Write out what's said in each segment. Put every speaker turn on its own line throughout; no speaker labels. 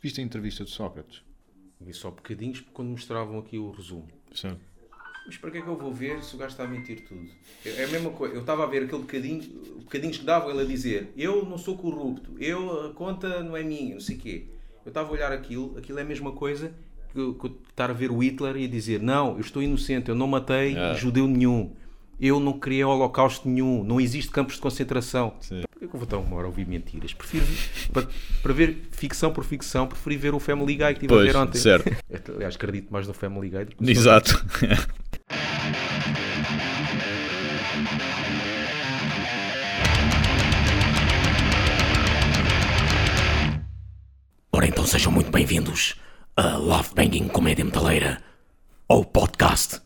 Viste a entrevista de Sócrates?
Vi só bocadinhos quando mostravam aqui o resumo.
Sim.
Mas para que é que eu vou ver se o gajo está a mentir tudo? Eu- É a mesma coisa. Eu estava a ver aquele bocadinho, bocadinhos que dava ele a dizer eu não sou corrupto, eu, a conta não é minha, não sei o quê. Eu estava a olhar aquilo, aquilo é a mesma coisa que, eu- que eu estar a ver o Hitler e dizer não, eu estou inocente, eu não matei
Ah.
judeu nenhum, eu não criei holocausto nenhum, não existe campos de concentração.
Sim.
Por que é que eu vou estar uma hora a ouvir mentiras? Prefiro, para, para ver ficção por ficção, preferi ver o Family Guy que estive a ver ontem.
certo.
Aliás, acredito mais no Family Guy do que no
Exato.
Ora então sejam muito bem-vindos a Love Banging Comédia Metaleira, ao podcast.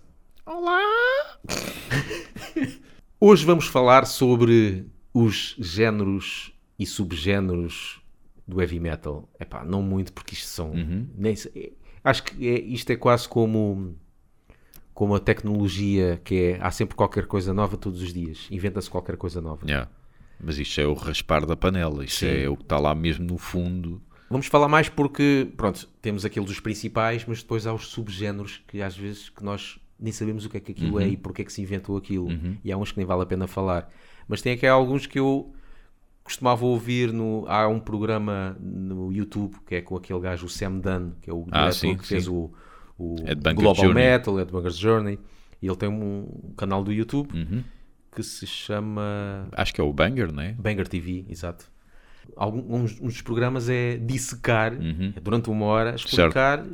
Hoje vamos falar sobre os géneros e subgéneros do heavy metal. Epá, não muito porque isto são...
Uhum.
nem se- é- acho que é- isto é quase como, como a tecnologia que é... Há sempre qualquer coisa nova todos os dias. Inventa-se qualquer coisa nova.
Yeah. Mas isto é o raspar da panela, isto
Sim.
é o que está lá mesmo no fundo.
Vamos falar mais porque, pronto, temos aqueles os principais, mas depois há os subgéneros que às vezes que nós nem sabemos o que é que aquilo
Uhum.
é e porque é que se inventou aquilo. E há uns que nem vale a pena falar. Mas tem aqui alguns que eu costumava ouvir no há um programa no YouTube que é com aquele gajo o Sam Dunn, que é o
Ah,
diretor
sim,
que fez
sim.
o, o
Headbanger's
Global
Journey.
Metal, Headbangers Journey, e ele tem um canal do YouTube
Uhum.
que se chama
Acho que é o banger, não é?
Banger TV, exato. Alguns uns dos programas é dissecar,
Uhum.
é durante uma hora, explicar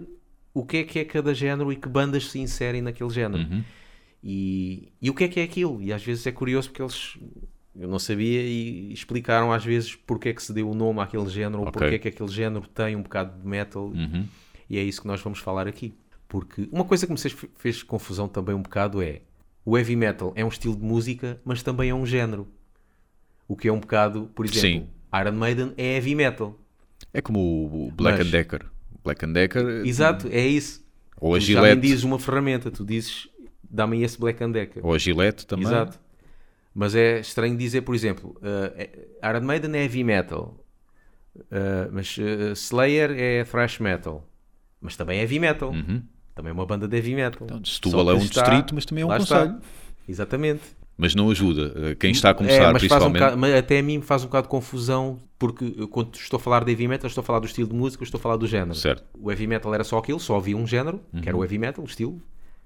o que é que é cada género e que bandas se inserem naquele
Hum.
género.
Uhum.
E, e o que é que é aquilo. E às vezes é curioso porque eles, eu não sabia, e explicaram às vezes porque é que se deu o nome àquele género,
Ok.
ou
Hum.
porque é que aquele género tem um bocado de metal.
Uhum.
E é isso que nós vamos falar aqui. Porque uma coisa que me fez, fez confusão também um bocado é o heavy metal é um estilo de música, mas também é um género. O que é um bocado, por exemplo, Iron Maiden é heavy metal.
É como o- o Black
Mas-
and Decker. O Black and Decker eh,
Exato, é isso.
ou a
tu já nem
Gillette,
dizes uma ferramenta, tu dizes dá-me esse Black and Decker.
ou a Gillette também.
Exato. Mas é estranho dizer, por exemplo, uh, eh, Iron Maiden é heavy metal, uh, mas uh, Slayer é thrash metal, mas também é heavy metal.
Hum.
Também é uma banda de heavy metal.
Uhum. Então,
Só
Setúbal é
que
um
está-
distrito, mas também é um
lá está.
conselho.
Exatamente.
Mas não ajuda. eh, Quem está a começar,
é, mas faz um
principalmente.
bocado- mas até a mim me faz um bocado de confusão, porque eu, quando estou a falar de heavy metal, estou a falar do estilo de música, estou a falar do género.
Certo.
O heavy metal era só aquilo, só havia um género, que
Uhum.
era o heavy metal, o estilo,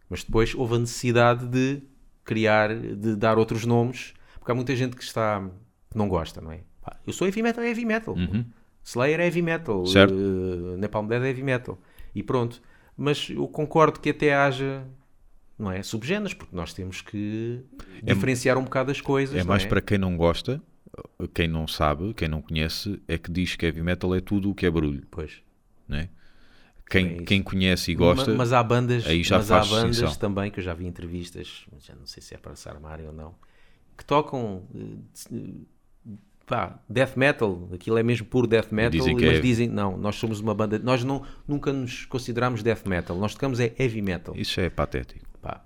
mas depois houve a necessidade de criar, de dar outros nomes, porque há muita gente que está que não gosta, não é? Pá, Eu sou heavy metal, é heavy metal. Slayer é heavy metal,
Uhum. Certo.
eh, Napalm Dead é heavy metal. E pronto. Mas eu concordo que até haja não é, subgéneros, porque nós temos que diferenciar um bocado as coisas.
É
não
mais para quem não gosta, quem não sabe, quem não conhece, é que diz que heavy metal é tudo o que é barulho.
Pois.
Não é?
É
Quem,
isso.
quem conhece e gosta.
Ma- Mas há bandas,
aí já
mas há
faz
bandas
distinção.
também que eu já vi entrevistas, mas já não sei se é para se armarem ou não, que tocam eh, de- eh, pá, death metal, aquilo é mesmo puro death metal,
Dizem que
mas
é-
dizem, não, nós somos uma banda, nós não, nunca nos consideramos death metal, nós tocamos é heavy metal.
Isso é patético.
Pá,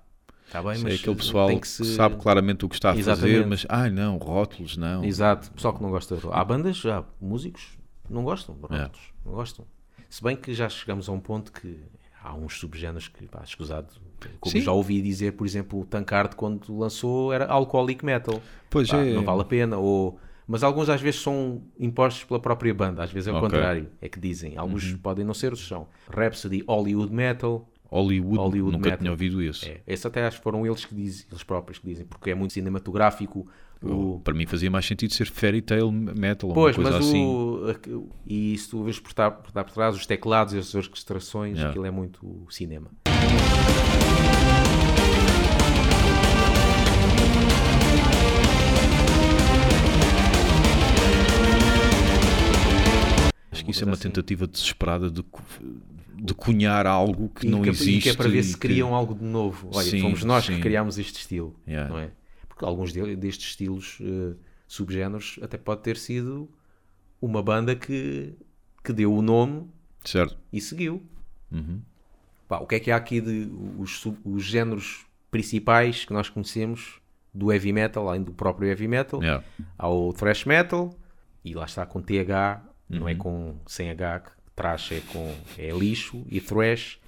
tá bem,
Isso
mas
é aquele pessoal
tem
que,
que se...
sabe claramente o que está a fazer,
Exatamente.
mas ai não, rótulos não.
Exato, pessoal que não gosta. Há bandas, já, músicos, não gostam,
É.
pronto, não gostam. Se bem que já chegamos a um ponto que há uns subgéneros que, pá, escusado, como
Sim.
já ouvi dizer, por exemplo, o Tankard quando lançou era alcoholic metal.
Pois
Pá,
é.
Não vale a pena, ou... Mas alguns às vezes são impostos pela própria banda, às vezes é o
Ok. Uhum.
contrário, é que dizem. Alguns podem não ser, outros são. Rhapsody, Hollywood Metal,
Hollywood,
Hollywood
nunca
metal.
tinha ouvido isso.
é, esse até acho que foram eles que dizem, eles próprios que dizem, porque é muito cinematográfico, o,
Para mim fazia mais sentido ser fairy tale metal ou uma
Pois,
coisa
mas
assim.
o. aqu- E isso tu vês por estar por, estar por trás, os teclados e as orquestrações,
Yeah.
aquilo é muito cinema.
Acho que isso é
assim.
uma tentativa desesperada de, co- de cunhar algo que
E
não
que, é-
existe.
E que é para ver se
e que-
criam algo de novo. Olha,
Sim,
fomos nós
sim.
que criámos este estilo,
Yeah.
não é? Porque alguns dele- destes estilos, eh, subgéneros, até pode ter sido uma banda que, que deu o nome
Certo.
e seguiu.
Uhum.
Pá, o que é que há aqui de os, sub- os géneros principais que nós conhecemos do heavy metal, além do próprio heavy metal?
Yeah.
Há o thrash metal, e lá está com TH, não é com sem H que Trash é, com, é lixo e thrash.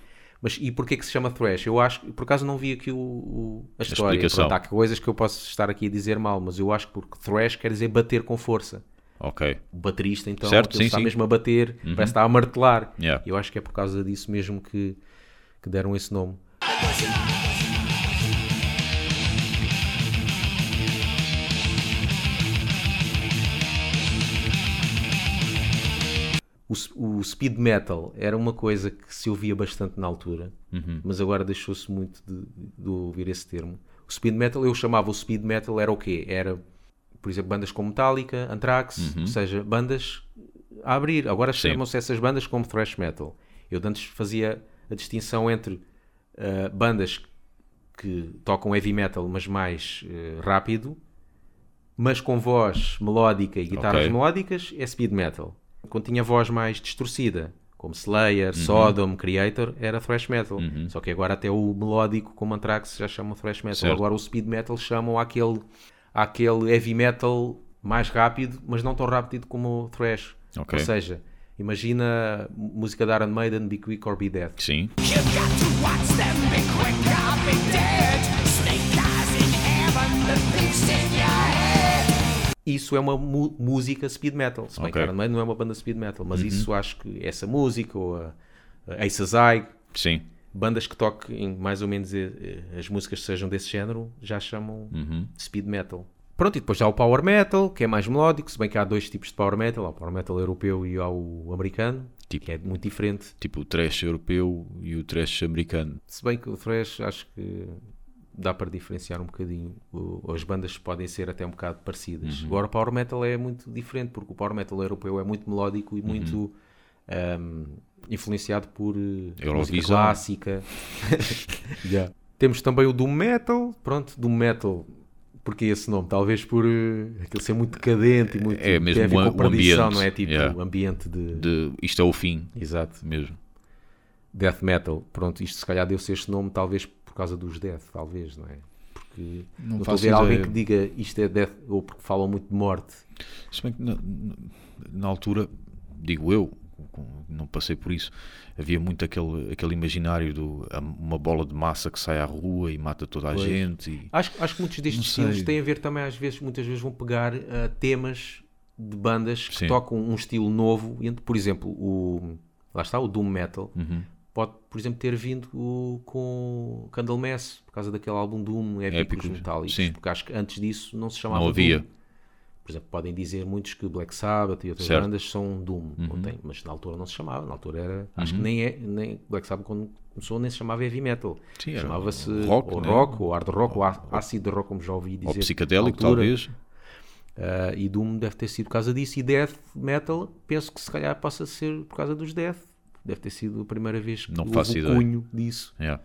Mas e porquê que se chama thrash? Eu acho, por acaso não vi aqui o, o- a história.
explicação.
Pronto, há coisas que eu posso estar aqui a dizer mal, mas eu acho que porque thrash quer dizer bater com força.
Ok.
O baterista, então,
Certo,
aquilo
sim,
está
sim. Uhum.
mesmo a bater, parece que está a martelar.
Yeah.
Eu acho que é por causa disso mesmo que, que deram esse nome. O, s- o speed metal era uma coisa que se ouvia bastante na altura,
Uhum.
mas agora deixou-se muito de, de ouvir esse termo. O speed metal, eu chamava o speed metal, era o quê? Era, por exemplo, bandas como Metallica, Anthrax, ou seja, bandas a abrir. Agora chamam-se essas bandas como thrash metal. Eu de antes fazia a distinção entre ah, bandas que tocam heavy metal, mas mais eh, rápido, mas com voz melódica e guitarras
Ok.
melódicas, é speed metal. Quando tinha voz mais distorcida, como Slayer,
Uhum.
Sodom, Creator, era thrash metal. Só que agora até o melódico, como Anthrax, já chamam thrash metal.
Certo.
Agora o speed metal chamam aquele, aquele heavy metal mais rápido, mas não tão rápido como o thrash.
Ok.
Ou seja, imagina música da Iron Maiden, Be Quick or Be Dead.
Sim.
You've got to watch them be quick or be dead. Snake eyes in heaven, the beast in your head.
isso é uma mu- música speed metal. Se bem
Ok. Uhum.
que Iron Maiden não é uma banda speed metal, mas isso acho que essa música ou a, a Ace Azai,
Sim.
bandas que toquem mais ou menos eh, eh, as músicas que sejam desse género, já chamam speed metal. Pronto, e depois há o power metal, que é mais melódico, se bem que há dois tipos de power metal, há o power metal europeu e há o americano,
Tipo.
que é muito diferente.
Tipo o trash europeu e o trash americano.
Se bem que o thrash acho que dá para diferenciar um bocadinho. O- As bandas podem ser até um bocado parecidas.
Uhum.
Agora o power metal é muito diferente, porque o power metal europeu é muito melódico e
Uhum.
muito ahm, influenciado por eh, música
Eurovisão.
clássica. Temos também o doom metal. Pronto, doom metal. Porque é esse nome, talvez por eh, aquele ser muito decadente e muito
É mesmo
tem a ver
o am-
com
o
perdição,
ambiente,
não é? Tipo
yeah.
o ambiente de...
De isto é o fim
Exato
mesmo.
death metal. Pronto, isto se calhar deu-se este nome, talvez por causa dos death, talvez, não é? Porque não, estou a
faço
ver alguém
ideia.
que diga isto é death, ou porque falam muito de morte.
Se bem que na, na- na altura, digo eu, com- não passei por isso, havia muito aquele, aquele imaginário do a- uma bola de massa que sai à rua e mata toda a gente. e-
Acho, acho que muitos destes
Não sei.
estilos têm a ver também, às vezes, muitas vezes vão pegar ah, temas de bandas que
Sim.
tocam um estilo novo. E, por exemplo, o, lá está, o Doom Metal.
Uhum.
Pode, por exemplo, ter vindo o- com Candlemass, por causa daquele álbum Doom Épicos
Épicos,
Metálicos.
sim.
Porque acho que antes disso não se chamava
Não havia.
Doom. Por exemplo, podem dizer muitos que Black Sabbath e outras
Certo. Uhum.
bandas são Doom, não tem, mas na altura não se chamava, na altura era, acho que nem é, nem Black Sabbath quando começou nem se chamava heavy metal.
Sim, era
Chamava-se
rock,
ou
né?
rock, ou hard rock, ou á- ácido rock, como já ouvi dizer.
Ou
na
psicadélico,
altura.
talvez.
Ah, e Doom deve ter sido por causa disso. E Death Metal, penso que se calhar possa ser por causa dos Death. Deve ter sido a primeira vez que
Não
houve
faço
o
ideia.
cunho disso.
Yeah.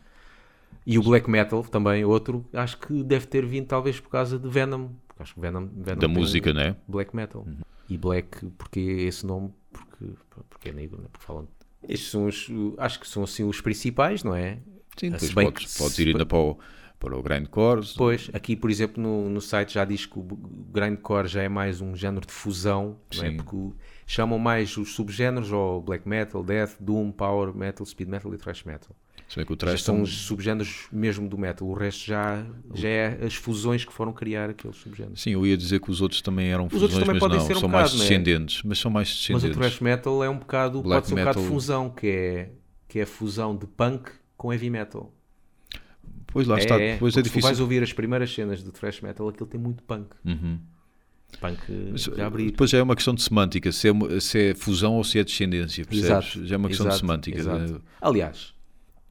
E o Black Metal, também outro, acho que deve ter vindo talvez por causa de Venom. Porque acho que Venom, Venom
Da
tem
música, né?
Black Metal. E Black, porque é esse nome, porque, porque é negro, né? Porque falam. Estes são os, acho que são assim os principais, não é?
Sim,
Se
depois
bem
podes,
que
podes
se
ir ainda para o, para o grindcore.
Pois, aqui, por exemplo, no, no site já diz que o grindcore já é mais um género de fusão, não é?
Sim.
porque o- chamam mais os subgéneros ou black metal, death, doom, power metal, speed metal e thrash metal.
Se bem que o
Estes
trash
são
tam-
os subgéneros mesmo do metal, o resto já, já é as fusões que foram criar aqueles subgéneros.
Sim, eu ia dizer que os outros também eram
outros
fusões,
também
mas
podem
não,
ser um
são mais
bocado, né?
descendentes. Mas são mais
Mas o
descendentes.
thrash metal é um bocado,
Black
pode ser um bocado
metal-
fusão, que é, que é a fusão de punk com heavy metal.
Pois lá
é,
está,
é,
depois
porque
é
Se tu vais
difícil.
ouvir as primeiras cenas do thrash metal, aquilo tem muito punk.
Uhum.
Punk eh, de abrir.
Depois já é uma questão de semântica, se é, mo- se é fusão ou se é descendência, percebes? já é uma questão de
exato,
semântica. eh,
exato. Aliás,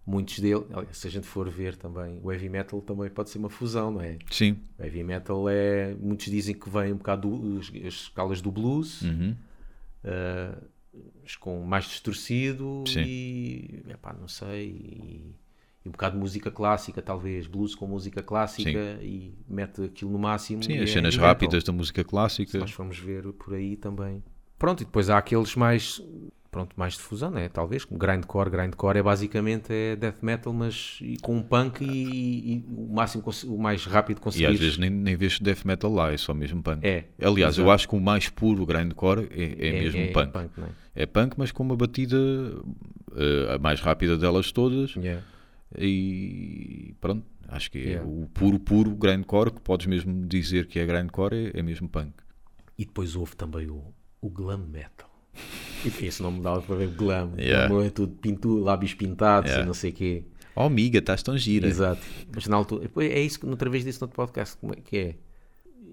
muitos deles, aliás, se a gente for ver também, o heavy metal também pode ser uma fusão, não é?
Sim,
O heavy metal é, muitos dizem que vem um bocado do- as, as escalas do blues,
Hum. uhum.
ah, mas com mais distorcido
Sim.
e, epá, não sei, e, e um bocado de música clássica, talvez, blues com música clássica e mete aquilo no máximo.
sim
e
as
é
cenas
heavy metal.
rápidas da música clássica.
Nós fomos ver por aí também. Pronto, e depois há aqueles mais. pronto, pronto, mais difusão, né? talvez, como grindcore, grindcore é basicamente é death metal, mas e com punk e, e o máximo, cons- o mais rápido
E
conseguir.
às vezes nem, nem vês death metal lá, é só mesmo punk.
É,
Aliás, eu
exato.
acho que o mais puro grindcore é, é, mesmo punk.
né?
É punk, mas com uma batida eh, a mais rápida delas todas.
Yeah.
E pronto, acho que é
Yeah.
o puro, puro grindcore que podes mesmo dizer que é grindcore é, é mesmo punk.
E depois houve também o, o glam metal. E Esse nome dava para ver glam.
Yeah.
Não é tudo pintu, lábios pintados
Yeah.
e não sei o quê.
Oh, amiga, estás tão gira.
Exato. Mas na altura. depois É isso que outra vez disse no outro podcast. como é Que é.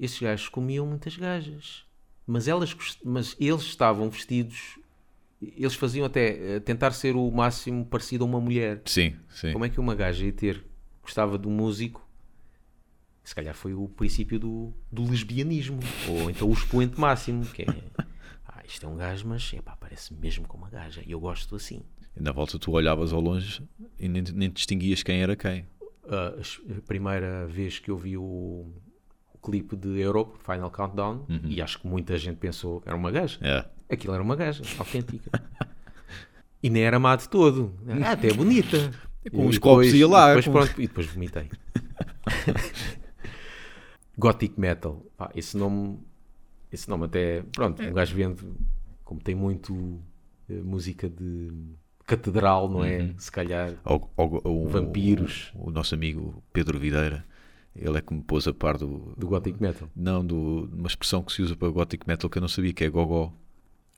Esses gajos comiam muitas gajas. Mas, elas, gost- mas eles estavam vestidos. Eles faziam até eh, tentar ser o máximo parecido a uma mulher.
Sim, sim.
Como é que uma gaja ia ter. Gostava de um músico. Se calhar foi o princípio do, do lesbianismo. Ou então o expoente máximo. Que é. Ah, isto é um gajo, mas epá, parece mesmo com uma gaja. E eu gosto assim.
E Na volta tu olhavas ao longe e nem, nem distinguias quem era quem.
a as- a primeira vez que eu vi o, o clipe de Europe, Final Countdown,
Uhum.
e acho que muita gente pensou que era uma gaja.
É.
Aquilo era uma gaja, autêntica. e nem era má de todo. Ah, até é bonita.
com
E
uns
depois-
copos ia lá,
Depois,
com-
pronto, e depois vomitei. Gothic Metal. Pá, esse nome, esse nome até, pronto, um gajo vendo, como tem muito eh, música de catedral, não é?
Uhum.
Se calhar...
Ao- ao- ao-
Vampiros.
O, o nosso amigo Pedro Videira, ele é que me pôs a par do.
Do Gothic Metal.
Não, do, de uma expressão que se usa para gothic metal que eu não sabia que é gogó.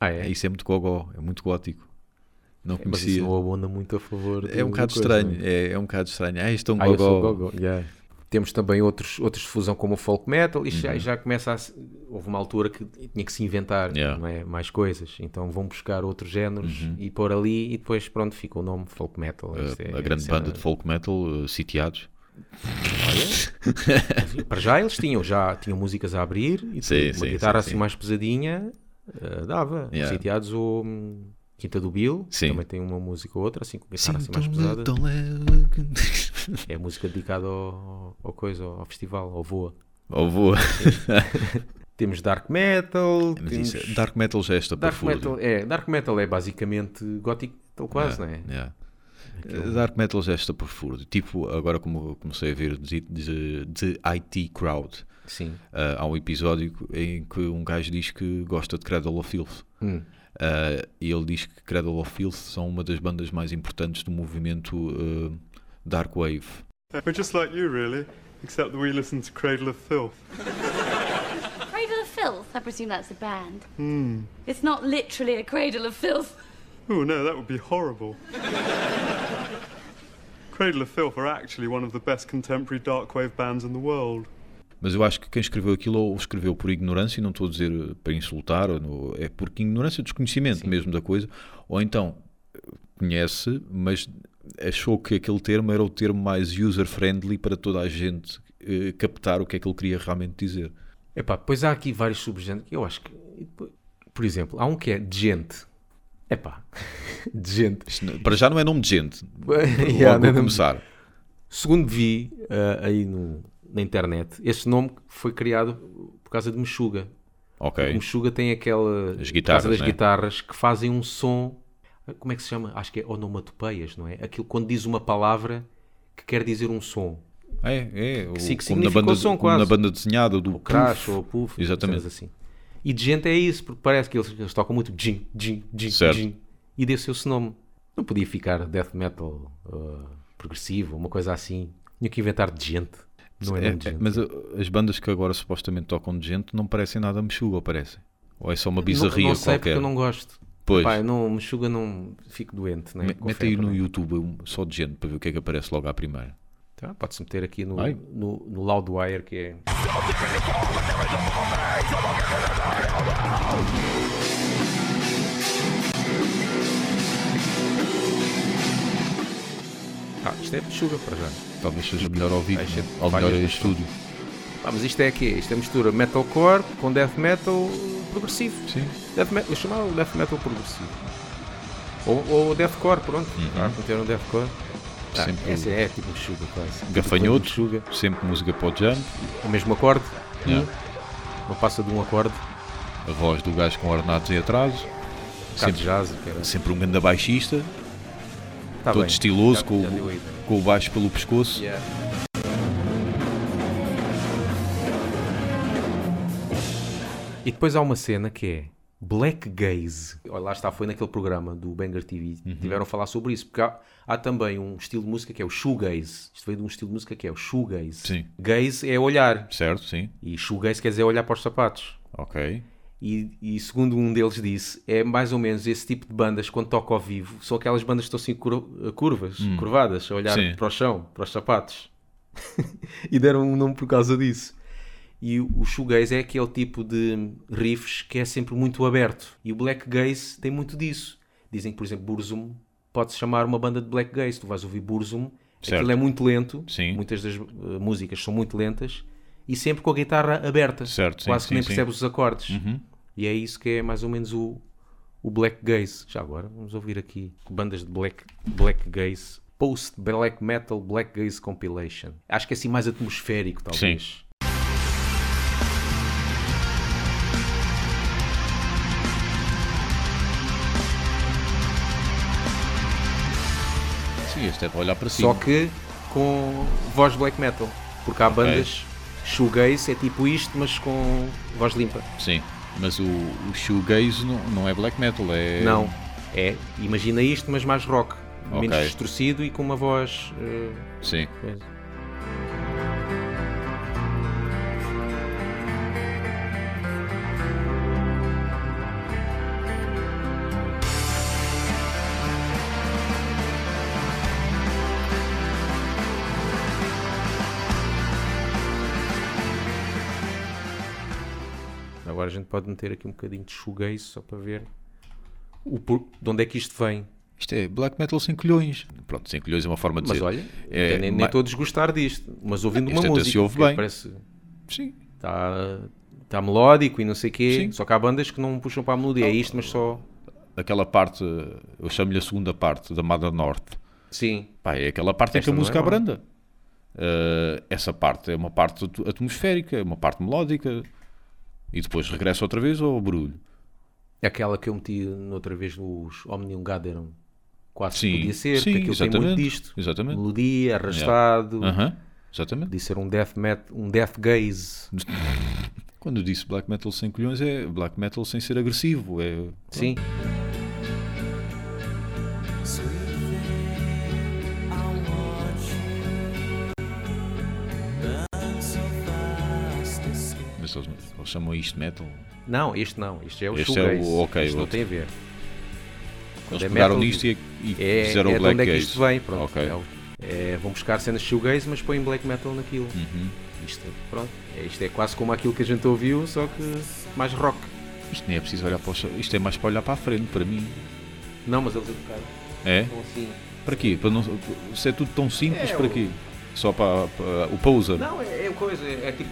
Ah,
É, isso é muito gogó, é muito gótico. Não
É, Mas isso
conhecia.
não abona muito a favor.
É um
do-
bocado
do coisa,
estranho.
não é?
É, é um bocado estranho. Ah, isto é um
Ah, eu sou
gogó.
Gogo. yeah. Temos também outros, outros de fusão como o folk metal. Isto
Uhum.
já, já começa a. se- Houve uma altura que tinha que se inventar
Yeah. Uhum.
não é? mais coisas. Então vão buscar outros géneros e pôr ali e depois pronto, fica o nome folk metal. Isto é-
a grande
é
banda de folk metal, eh, sitiados.
cena- Para já eles tinham, já tinham músicas a abrir e
Sim,
tudo. uma
sim,
guitarra
sim,
assim
sim.
mais pesadinha eh, dava.
Yeah.
Sitiados ou hum, Quinta do Bill,
Sim. então
também tem uma música ou outra, assim com guitarra assim mais pesada. É música dedicada ao, ao coisa, ao festival, ao voa.
Ou vou.
Temos Dark Metal,
É, Mas
temos...
isso, dark metal já é esta
Dark
perfúrio.
Metal, é, Dark Metal é basicamente gótico metal quase, não é?
Yeah. Dark metal já é esta perfúrio. Tipo, agora como eu comecei a ver de, de, de IT Crowd,
Sim.
ah, há um episódio em que um gajo diz que gosta de Cradle of Filth.
Hum.
Ah, e ele diz que Cradle of Filth são uma das bandas mais importantes do movimento ah, Dark Wave.
We're just like you, really, except that we listen to Cradle of Filth.
Cradle of Filth? I presume that's a band. Hmm. It's not literally a cradle of filth.
Oh no, that would be horrible. Cradle of Filth are actually one of the best contemporary darkwave bands in the world.
Mas eu acho que quem escreveu aquilo ou escreveu por ignorância, e não estou a dizer eh, para insultar, ou no- é porque ignorância, desconhecimento mesmo da coisa, ou então eh, conhece, mas achou que aquele termo era o termo mais user-friendly para toda a gente eh, captar o que é que ele queria realmente dizer.
Epá, pois há aqui vários subgéneros que eu acho que... e depois- Por exemplo, há um que é de gente. Epá, de gente.
Isto não- Para já não é nome de gente,
Yeah,
logo
não é
a
nome-
começar.
Segundo vi ah, aí no- na internet, este nome foi criado por causa de Mexuga. O
Ok,
Meshuga tem aquela
As
por
guitarras,
causa das
né?
guitarras que fazem um som. Como é que se chama? Acho que é onomatopeias, não é? Aquilo quando diz uma palavra que quer dizer um som.
é, é o,
sim, que
como na
significa o
banda,
som,
como na
quase.
banda desenhada do
Ou crash,
puff.
ou puff,
Exatamente.
cenas assim. E de gente é isso, porque parece que eles, eles tocam muito jim, jim, jim,
Certo.
jim. E deu-se esse nome. Não podia ficar death metal ah, progressivo, uma coisa assim. Tinha que inventar de gente. Não é,
É,
nome de
é,
gente.
mas eh, as bandas que agora supostamente tocam de gente não parecem nada mexuga, ou parecem? Ou é só uma
não,
bizarria
não sei porque
qualquer?
eu não gosto.
Pois.
Pá, eu não, Meshuga não fico doente, né?
Me-
Com
Mete aí
febre,
no
né?
YouTube um- só de gente para ver o que é que aparece logo à primeira.
Tá, Pode-se meter aqui no,
Vai.
no, no Loudwire, que é. Ah, isto é Meshuga para já.
Talvez seja melhor ao vivo,
Vai ser
né? ou
várias
melhor em estúdio.
Ah, mas isto é aqui, isto é mistura metalcore com death metal progressivo.
Sim.
Death metal, eu chamava o death metal progressivo. Ou, ou deathcore, pronto. Ah, meteram deathcore. Ah,
Sempre um
essa é, tipo Meshuga quase.
Gafanhoto.
Tipo Meshuga.
Sempre música para o jump,
o mesmo acorde,
Yeah.
não passa de um acorde.
a voz do gajo com ornatos em atraso.
Cat
Sempre.
jazz, o que era.
Sempre um ganda baixista,
Tá
todo
bem.
estiloso,
Já-
com,
já deu a
o,
ideia.
com o baixo pelo pescoço.
Yeah. E depois há uma cena que é Black Gaze. Olha, lá está, foi naquele programa do Banger TV.
Uhum.
Tiveram a falar sobre isso, porque há, há também um estilo de música que é o shoegaze. Isto veio de um estilo de música que é o shoegaze.
Sim.
Gaze é olhar.
Certo, sim.
E shoegaze quer dizer olhar para os sapatos.
Ok.
E, e segundo um deles disse, é mais ou menos esse tipo de bandas quando toca ao vivo, são aquelas bandas que estão assim cur- curvas, curvadas, a olhar
Hum. Sim.
para o chão, para os sapatos. e deram um nome por causa disso. E o o shoegaze é aquele tipo de riffs que é sempre muito aberto. E o black gaze tem muito disso. Dizem que, por exemplo, Burzum pode-se chamar uma banda de black gaze. Tu vais ouvir Burzum,
Certo.
aquilo é muito lento,
Sim.
muitas das eh, músicas são muito lentas, e sempre com a guitarra aberta.
Certo, sim,
Quase que
sim, Uhum.
nem
sim.
percebes os acordes. E é isso que é mais ou menos o, o black gaze. Já agora, vamos ouvir aqui bandas de black, black gaze. Post Black Metal Black Gaze Compilation. Acho que é assim mais atmosférico, talvez.
Sim, este é para olhar para cima.
Só que com voz black metal. Porque há bandas shoegaze, é tipo isto, mas com voz limpa.
Sim. Mas o, o shoegaze não, não é black metal, é.
Não. É, imagina isto, mas mais rock. Menos
Ok.
distorcido e com uma voz. eh,
Sim.
coisa. Agora a gente pode meter aqui um bocadinho de shoegaze só para ver o por... de onde é que isto vem.
Isto é black metal sem colhões. Pronto, sem colhões é uma forma de
Mas
dizer.
olha,
É,
nem, nem
ma-
estou a desgostar disto, mas ouvindo
Isto
uma
até
música
se ouve
que
bem.
parece
Sim.
está tá melódico e não sei o quê,
Sim.
só que há bandas que não puxam para a melodia, é isto, mas só
Aquela parte, eu chamo-lhe a segunda parte da Mother North.
sim,
Pá, é aquela parte em que
Esta
a
não
música
é má.
abranda. Ah, essa parte é uma parte at- atmosférica, é uma parte melódica. E depois regressa outra vez ao barulho.
aquela que eu meti noutra vez nos Omnium Gatherum. Quase
Sim,
podia ser,
sim,
porque aquilo tem muito
exatamente,
disto.
exatamente.
Melodia, arrastado,
Aham, Exatamente.
podia ser um death metal, um death gaze.
Quando eu disse black metal sem colhões, é black metal sem ser agressivo. É,
Sim.
mas eles, eles chamam isto metal.
Não, este não, este é o
Este é
shoegaze.
o- ok,
isto não
outro.
tem a ver.
Eles
é
pegaram
metal,
nisto e, e
É, é
fizeram o
de
black
onde é que
gaze.
isto vem, pronto.
Ok.
É o- é, vão buscar cenas shoegaze, mas põem black metal naquilo.
Uhum.
Isto, pronto, é, isto é quase como aquilo que a gente ouviu, só que mais rock.
Isto nem é preciso olhar para o chão. Isto é mais para olhar para a frente, para mim.
Não, mas eles educaram.
É?
Então assim.
Para quê? Para não... Se é tudo tão simples, para quê? Só para, para o poser.
Não, é, é coisa, é, é tipo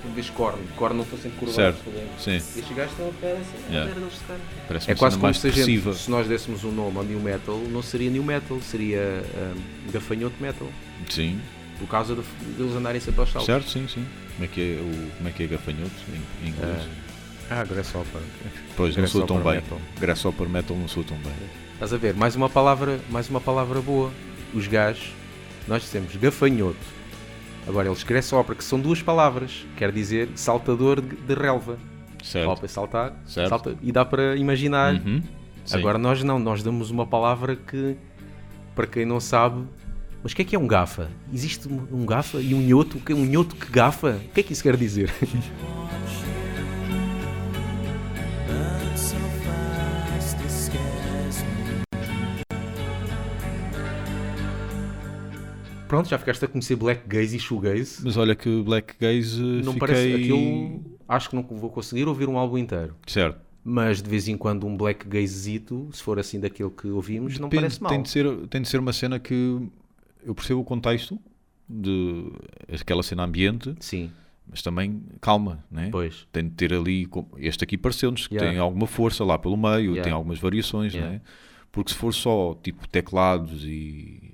como diz corno. Corno não estou sempre curvado.
certo.
por exemplo.
Sim.
Estes gajos estão a ficar assim, ah,
Yeah.
merda, eles tocaram.
Parece
É
uma
quase
cena
como
mais
se a gente,
depressiva.
se nós dessemos um nome ao new metal, não seria new metal, seria hum, gafanhoto metal.
Sim.
Por causa de- deles andarem sempre aos saltos.
Certo, sim, sim. Como é que é, o... Como é, que é gafanhoto em, em inglês?
Ah,
é
Grasshopper.
pois, não sou tão
Grasshopper
bem.
metal. É.
Grasshopper metal não sou tão bem.
Estás a ver? Mais uma palavra, mais uma palavra boa. Os gajos, nós dissemos gafanhoto. Agora eles grasshopper, que são duas palavras, quer dizer saltador de, de relva.
Certo.
Hop é saltar,
Certo.
salta, e dá para imaginar.
Uhum. Sim.
Agora nós não, nós damos uma palavra que, para quem não sabe, mas o que é que é um gafa? Existe um um gafa e um nhoto? O que é Um nhoto que gafa? O que é que isso quer dizer? Pronto, já ficaste a conhecer black gaze e shoegaze.
Mas olha que Black Gaze eh,
Não
fiquei...
parece aquilo. Acho que não vou conseguir ouvir um álbum inteiro.
Certo.
Mas de vez em quando um black gazito, se for assim daquele que ouvimos, não
Depende,
parece mal.
Tem de, ser, tem de ser uma cena que eu percebo o contexto de aquela cena ambiente,
Sim,
mas também calma, né?
pois.
Tem de ter ali, com- este aqui pareceu-nos que
Yeah.
tem alguma força lá pelo meio,
Yeah.
tem algumas variações,
Yeah.
né? Porque se for só tipo teclados e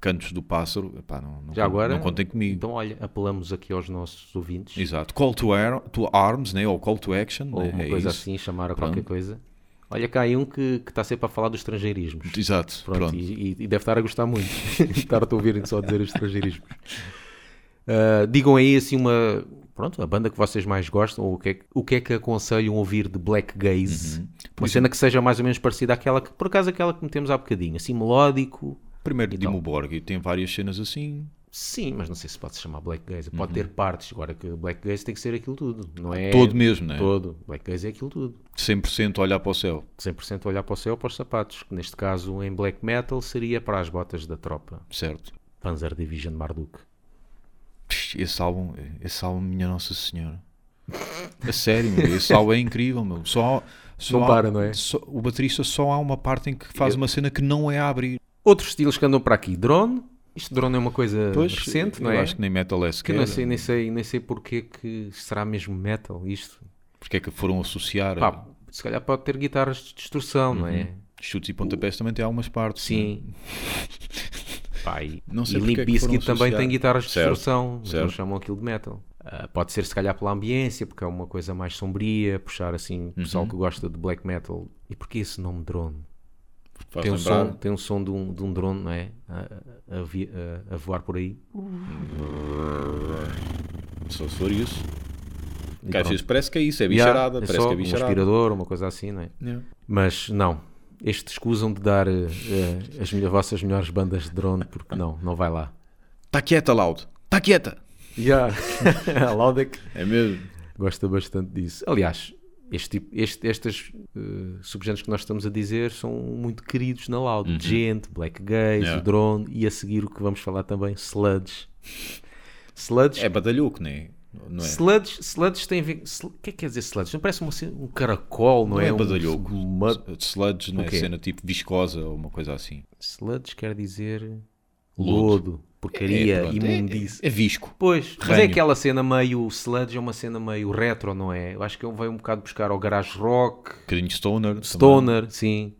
cantos do pássaro, epá, não, não,
Já
con-
agora-
não contem comigo.
Então, olha, apelamos aqui aos nossos ouvintes,
Exato. Call to, ar- to arms, né? Ou call to action,
ou
né?
uma
É
coisa
isso.
assim, chamar a
Pronto.
qualquer coisa. Olha cá aí um que que está sempre a falar dos estrangeirismos.
Exato,
assim. Pronto,
pronto.
E, e- e deve estar a gostar muito. Estar-te a ouvirem só dizer os estrangeirismos. Ah, digam aí assim uma. Pronto, a banda que vocês mais gostam, ou o que é que, o que, é que aconselham ouvir de Black Gaze?
Uhum.
Uma cena
é.
que seja mais ou menos parecida àquela que, por acaso, aquela que metemos há bocadinho, assim melódico.
Primeiro
Então.
Dimo Borg, e tem várias cenas assim.
Sim, mas não sei se pode se chamar Black Gaze. Pode ter partes. Agora que Black Gaze tem que ser aquilo tudo, não é?
Uhum. Todo mesmo, né?
Todo. Black Gaze é aquilo tudo.
100% olhar para o céu.
100% olhar para o céu ou para os sapatos. que Neste caso, em black metal, seria para as botas da tropa.
Certo.
Panzer Division Marduk.
Psh, Esse álbum, esse álbum, é minha Nossa Senhora. A sério, meu, esse álbum é incrível, meu. Só, só
Não
há-
para, não é?
só- o baterista só há uma parte em que faz uma cena que não é a abrir.
Outros estilos que andam para aqui. Drone. Isto drone é uma coisa recente,
eu
não é? assim.
acho que nem metal é
Que
sequer.
eu não sei, nem sei, nem sei porque que será mesmo metal isto.
Porque é que foram associar
Pá, se calhar pode ter guitarras de distorção, não é?
chutes e pontapés também tem algumas partes. né?
Sim. Pá, e
Não sei
e
porque
Limp
é que
Bizkit
foram
também tem
associados.
guitarras de
Certo,
distorção, mas não
certo.
chamam aquilo de metal. Ah, pode ser se calhar pela ambiência, porque é uma coisa mais sombria, puxar assim
Uhum.
o pessoal que gosta de black metal. E porquê esse nome drone?
Faz
Tem um,
lembrar.
som, tem um som de um, de um drone, não é? A, a- a vi- a- a voar por aí.
Só se for isso.
E
Que às
pronto.
vezes parece que é isso, é
Yeah,
bicharada.
é
parece
só
que é
um
bicharada.
aspirador, uma coisa assim, não é?
Yeah.
Mas não, estes escusam de dar eh, eh, as melhor- vossas melhores bandas de drone, porque não, não vai lá.
Tá quieta, Loud. Tá quieta.
Yeah. a Laudek
É mesmo.
gosta bastante disso. Aliás, este tipo, este, estas eh, subgéneros que nós estamos a dizer são muito queridos na Loud. Gente, Black Gaze,
Uhum. Yeah.
o Drone e a seguir o que vamos falar também, Sludge. Sludge,
É badalhoco, né? não é?
sludge, sludge tem a ver. sl- O que é que quer dizer sludge? Não parece um, um caracol, não,
Não é,
um-
badalhoco.
uma-
Sludge não
O
é
quê?
cena tipo viscosa ou uma coisa assim.
Sludge quer dizer
Lodo.
lodo, porcaria,
pronto,
imundice.
É, é visco.
Pois, mas é
Ranho.
aquela cena meio sludge, é uma cena meio retro, não é? Eu acho que ele veio um bocado buscar ao garage rock,
Um bocadinho de stoner. também.
stoner, sim,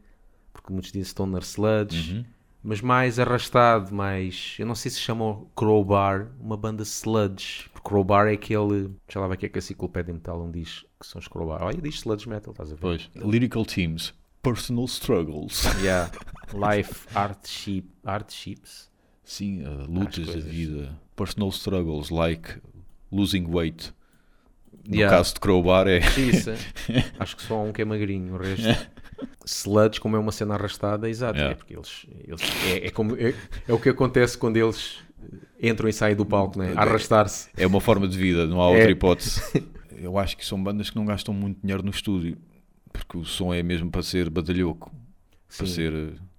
porque muitos dizem stoner sludge, mas mais arrastado, mais. Eu não sei se chamam Crowbar uma banda sludge, porque Crowbar é aquele. Sei lá, vai que é que a enciclopédia metal não diz que são os Crowbar. Olha, diz sludge metal, estás a ver?
Pois. Lyrical Teams. Personal Struggles.
Yeah. Life Art Ship, Art Ships.
Sim, uh, lutas da
coisas.
vida. Personal Struggles, like losing weight. No
Yeah.
caso de Crowbar é...
Isso. Acho que só há um que é magrinho, o resto. Sludge, como é uma cena arrastada, exato.
Yeah.
É porque eles. eles- é, é como, é, é o que acontece quando eles entram e saem do palco, né? A Arrastar-se.
É uma forma de vida, não há outra
É.
hipótese. Eu acho que são bandas que não gastam muito dinheiro no estúdio, porque o som é mesmo para ser badalhoco, para
Sim.
ser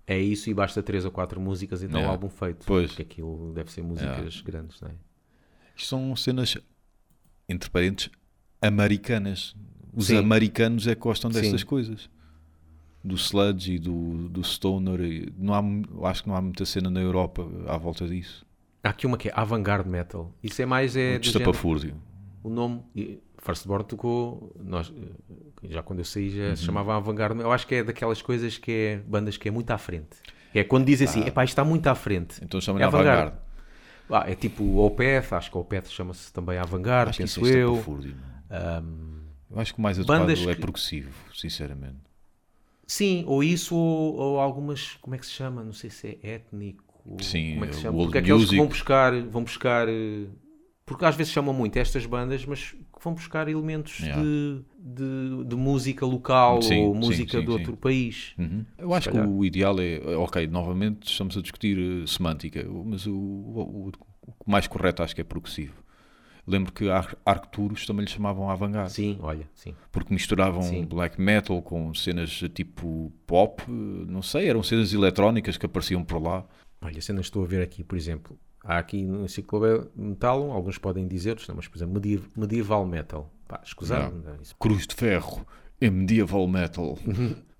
eh,
É isso e basta três ou quatro músicas e dá um
Yeah.
álbum feito.
Pois.
Porque aquilo deve ser músicas grandes, não é?
Isto são cenas, entre parentes, americanas. Os
Sim.
americanos é que gostam
Sim.
destas coisas. Do sludge e do, do stoner. e Não há, mu- eu acho que não há muita cena na Europa à volta disso.
Há aqui uma que é avant-garde metal. Isso é mais. É, do género-
Destapafúrdio.
o nome. e Firstborn tocou. Nós, eh, já quando eu saí já
Uhum.
se chamava Avantgarde. Eu acho que é daquelas coisas que é. bandas que é muito à frente. É quando dizem assim, epá, isto está muito à frente.
Então chama-lhe
É
Ah. avant-garde.
Ah, é tipo o Opeth, acho que o Opeth chama-se também Avantgarde,
Acho que isso
penso
é
eu.
estapafúrdio. é? eu acho que o mais adequado
bandas
é
que-
progressivo, sinceramente.
Sim, ou isso, ou, ou algumas. Como é que se chama? Não sei se é étnico.
Sim,
como é que se
o
chama?
old
Porque aqueles que
music.
vão buscar, vão buscar. eh, Porque às vezes chamam muito estas bandas, mas que vão buscar elementos
Yeah.
de, de, de música local
Sim,
ou
sim,
música
sim,
de
sim.
outro país.
Eu acho
Uhum. calhar.
que o ideal é, ok, novamente estamos a discutir eh, semântica, o- mas o, o- o- o mais correto acho que é progressivo. Lembro que Ar Arcturus também lhe chamavam avant-garde,
Sim, olha, sim.
porque misturavam
Sim.
black metal com cenas de tipo pop, eh, não sei, eram cenas eletrónicas que apareciam por lá.
Olha, se eu não estou a ver aqui, por exemplo, há aqui no enciclopédia metal, alguns podem dizer, não, mas por exemplo, medieval, medieval metal. Pá, escusado, não. é isso.
Cruz de Ferro, é medieval metal,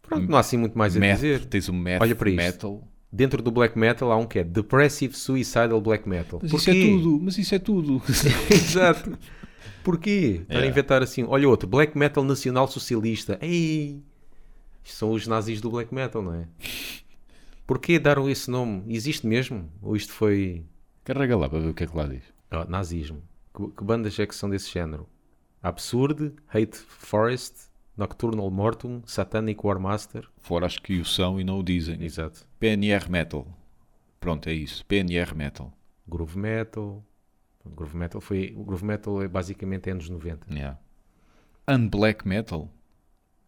Pronto, não há assim muito mais a
meth,
dizer.
tens o meth
Olha para isto.
metal.
Dentro do black metal há um que é Depressive Suicidal Black Metal.
Mas isso
Porquê?
é tudo, mas isso é tudo.
Exato. Porquê? Para
Yeah.
inventar assim, olha outro, black metal nacional socialista. Ei! Isto são os nazis do black metal, não é? Porquê deram esse nome? Existe mesmo? Ou isto foi
Carrega lá para ver o que é que lá diz.
Oh, nazismo. Que, que bandas é que são desse género? Absurd, Hate Forest, Nocturnal Mortum, Satanic Warmaster.
Fora acho que o são e não o dizem.
Exato.
PNR Metal. Pronto, é isso. PNR Metal.
Groove Metal. O groove Metal foi. O Groove Metal é basicamente anos 90.
Yeah. Unblack Metal.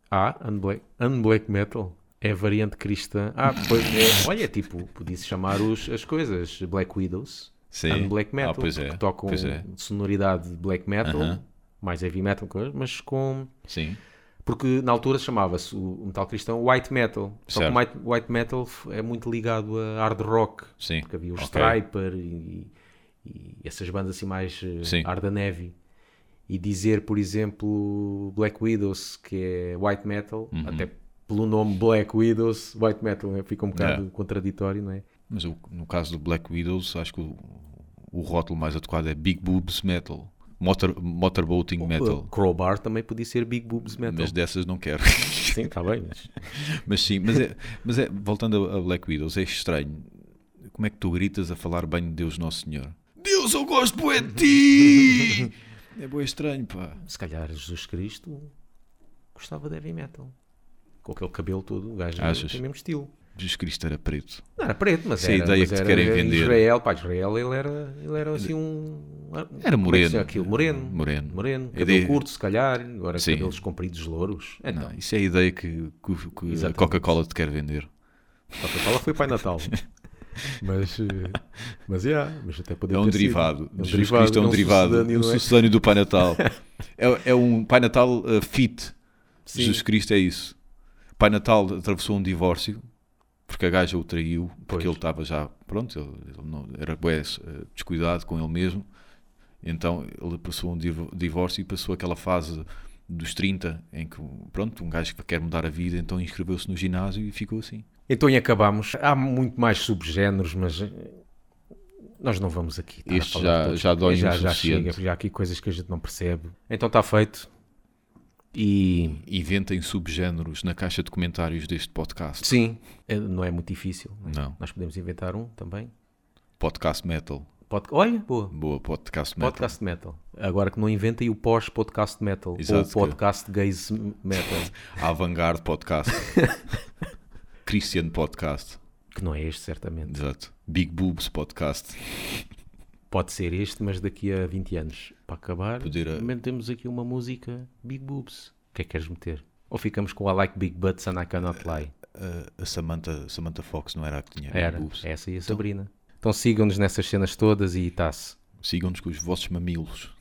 Ah, Unblack, Unblack Metal. É a variante cristã. Ah, pois é. Olha, tipo, podia-se chamar os, as coisas Black Widows.
Sim.
Black Metal.
Ah, pois é,
Que tocam
pois é.
sonoridade de Black Metal.
Aham.
Mais heavy metal, mas com.
Sim.
Porque na altura chamava-se o metal cristão white metal. Só que
Certo.
o white, white metal f- é muito ligado a hard rock.
Sim,
Porque havia o
ok.
Striper e, e essas bandas assim mais eh,
Sim.
hard and heavy. E dizer, por exemplo, Black Widows, que é white metal,
Uhum.
até pelo nome Black Widows, white metal né? fica um bocado
Yeah.
contraditório, não é?
Mas o- no caso do Black Widows, acho que o, o rótulo mais adequado é Big Boobs Metal. Motor, motorboating
Uh,
Metal.
Crowbar também podia ser Big Boobs Metal.
Mas dessas não quero.
Sim, está bem. mas-
mas sim, mas é, mas é voltando a, a Black Widows, é estranho. Como é que tu gritas a falar bem de Deus Nosso Senhor? Deus, eu gosto bué de ti! é bem estranho, pá.
se calhar Jesus Cristo gostava de heavy metal. Com aquele cabelo todo, o gajo
Achas?
tem o mesmo estilo.
Jesus Cristo era preto.
Não era preto, mas
Essa é a
era,
ideia
mas
que te
era-
querem
era
vender.
Israel, pá, Israel ele era, ele era assim um...
Era
como é que
moreno.
se chama aquilo? Moreno.
Moreno.
Moreno.
É
Cabelo
de-
curto, se calhar. Agora
Sim.
cabelos compridos, louros. Então,
Não, isso é a ideia que, que- que a
Exatamente.
Coca-Cola te quer vender.
Coca-Cola foi Pai Natal. mas, eh, mas, yeah, mas até podia
É um
ter sido.
derivado.
É um
Jesus Cristo é um
não
derivado.
sucedâneo,
Um
não é?
sucedâneo do Pai Natal. é, é um Pai Natal uh, fit.
Sim.
Jesus Cristo é isso. Pai Natal atravessou um divórcio porque a gaja o traiu, porque
Pois.
ele estava já, pronto, ele, ele não, era bué, eh, descuidado com ele mesmo. Então ele passou um divo- divórcio e passou aquela fase dos 30 em que, pronto, um gajo que quer mudar a vida, então inscreveu-se no ginásio e ficou assim.
Então e acabamos. Há muito mais subgéneros, mas eh, nós não vamos aqui. estar a
Este
falar
já-
todos. É,
já dói
já,
o
já
suficiente.
chega, porque há aqui coisas que a gente não percebe. Então está feito. E
Inventem subgéneros na caixa de comentários deste podcast.
sim, eh, não é muito difícil. né?
Não.
Nós podemos inventar um também.
Podcast Metal.
Pod... Olha, boa.
Boa, podcast metal.
Podcast metal. Agora que não inventa e o pós-podcast metal.
Exato,
ou
que-
podcast gays metal.
Avant-garde podcast. Christian podcast.
que não é este, certamente.
Exato. Big Boobs podcast.
Pode ser este, mas daqui a 20 anos. Para acabar,
Poder eh, a-
também temos aqui uma música Big Boobs. O que é que queres meter? Ou ficamos com I Like Big Butts and I Cannot
Eh,
Lie?
A Samantha, Samantha Fox não era a que tinha
Era, é.
Big Boobs.
essa e a Então Sabrina. Então sigam-nos nessas cenas todas e tá-se.
Sigam-nos com os vossos mamilos.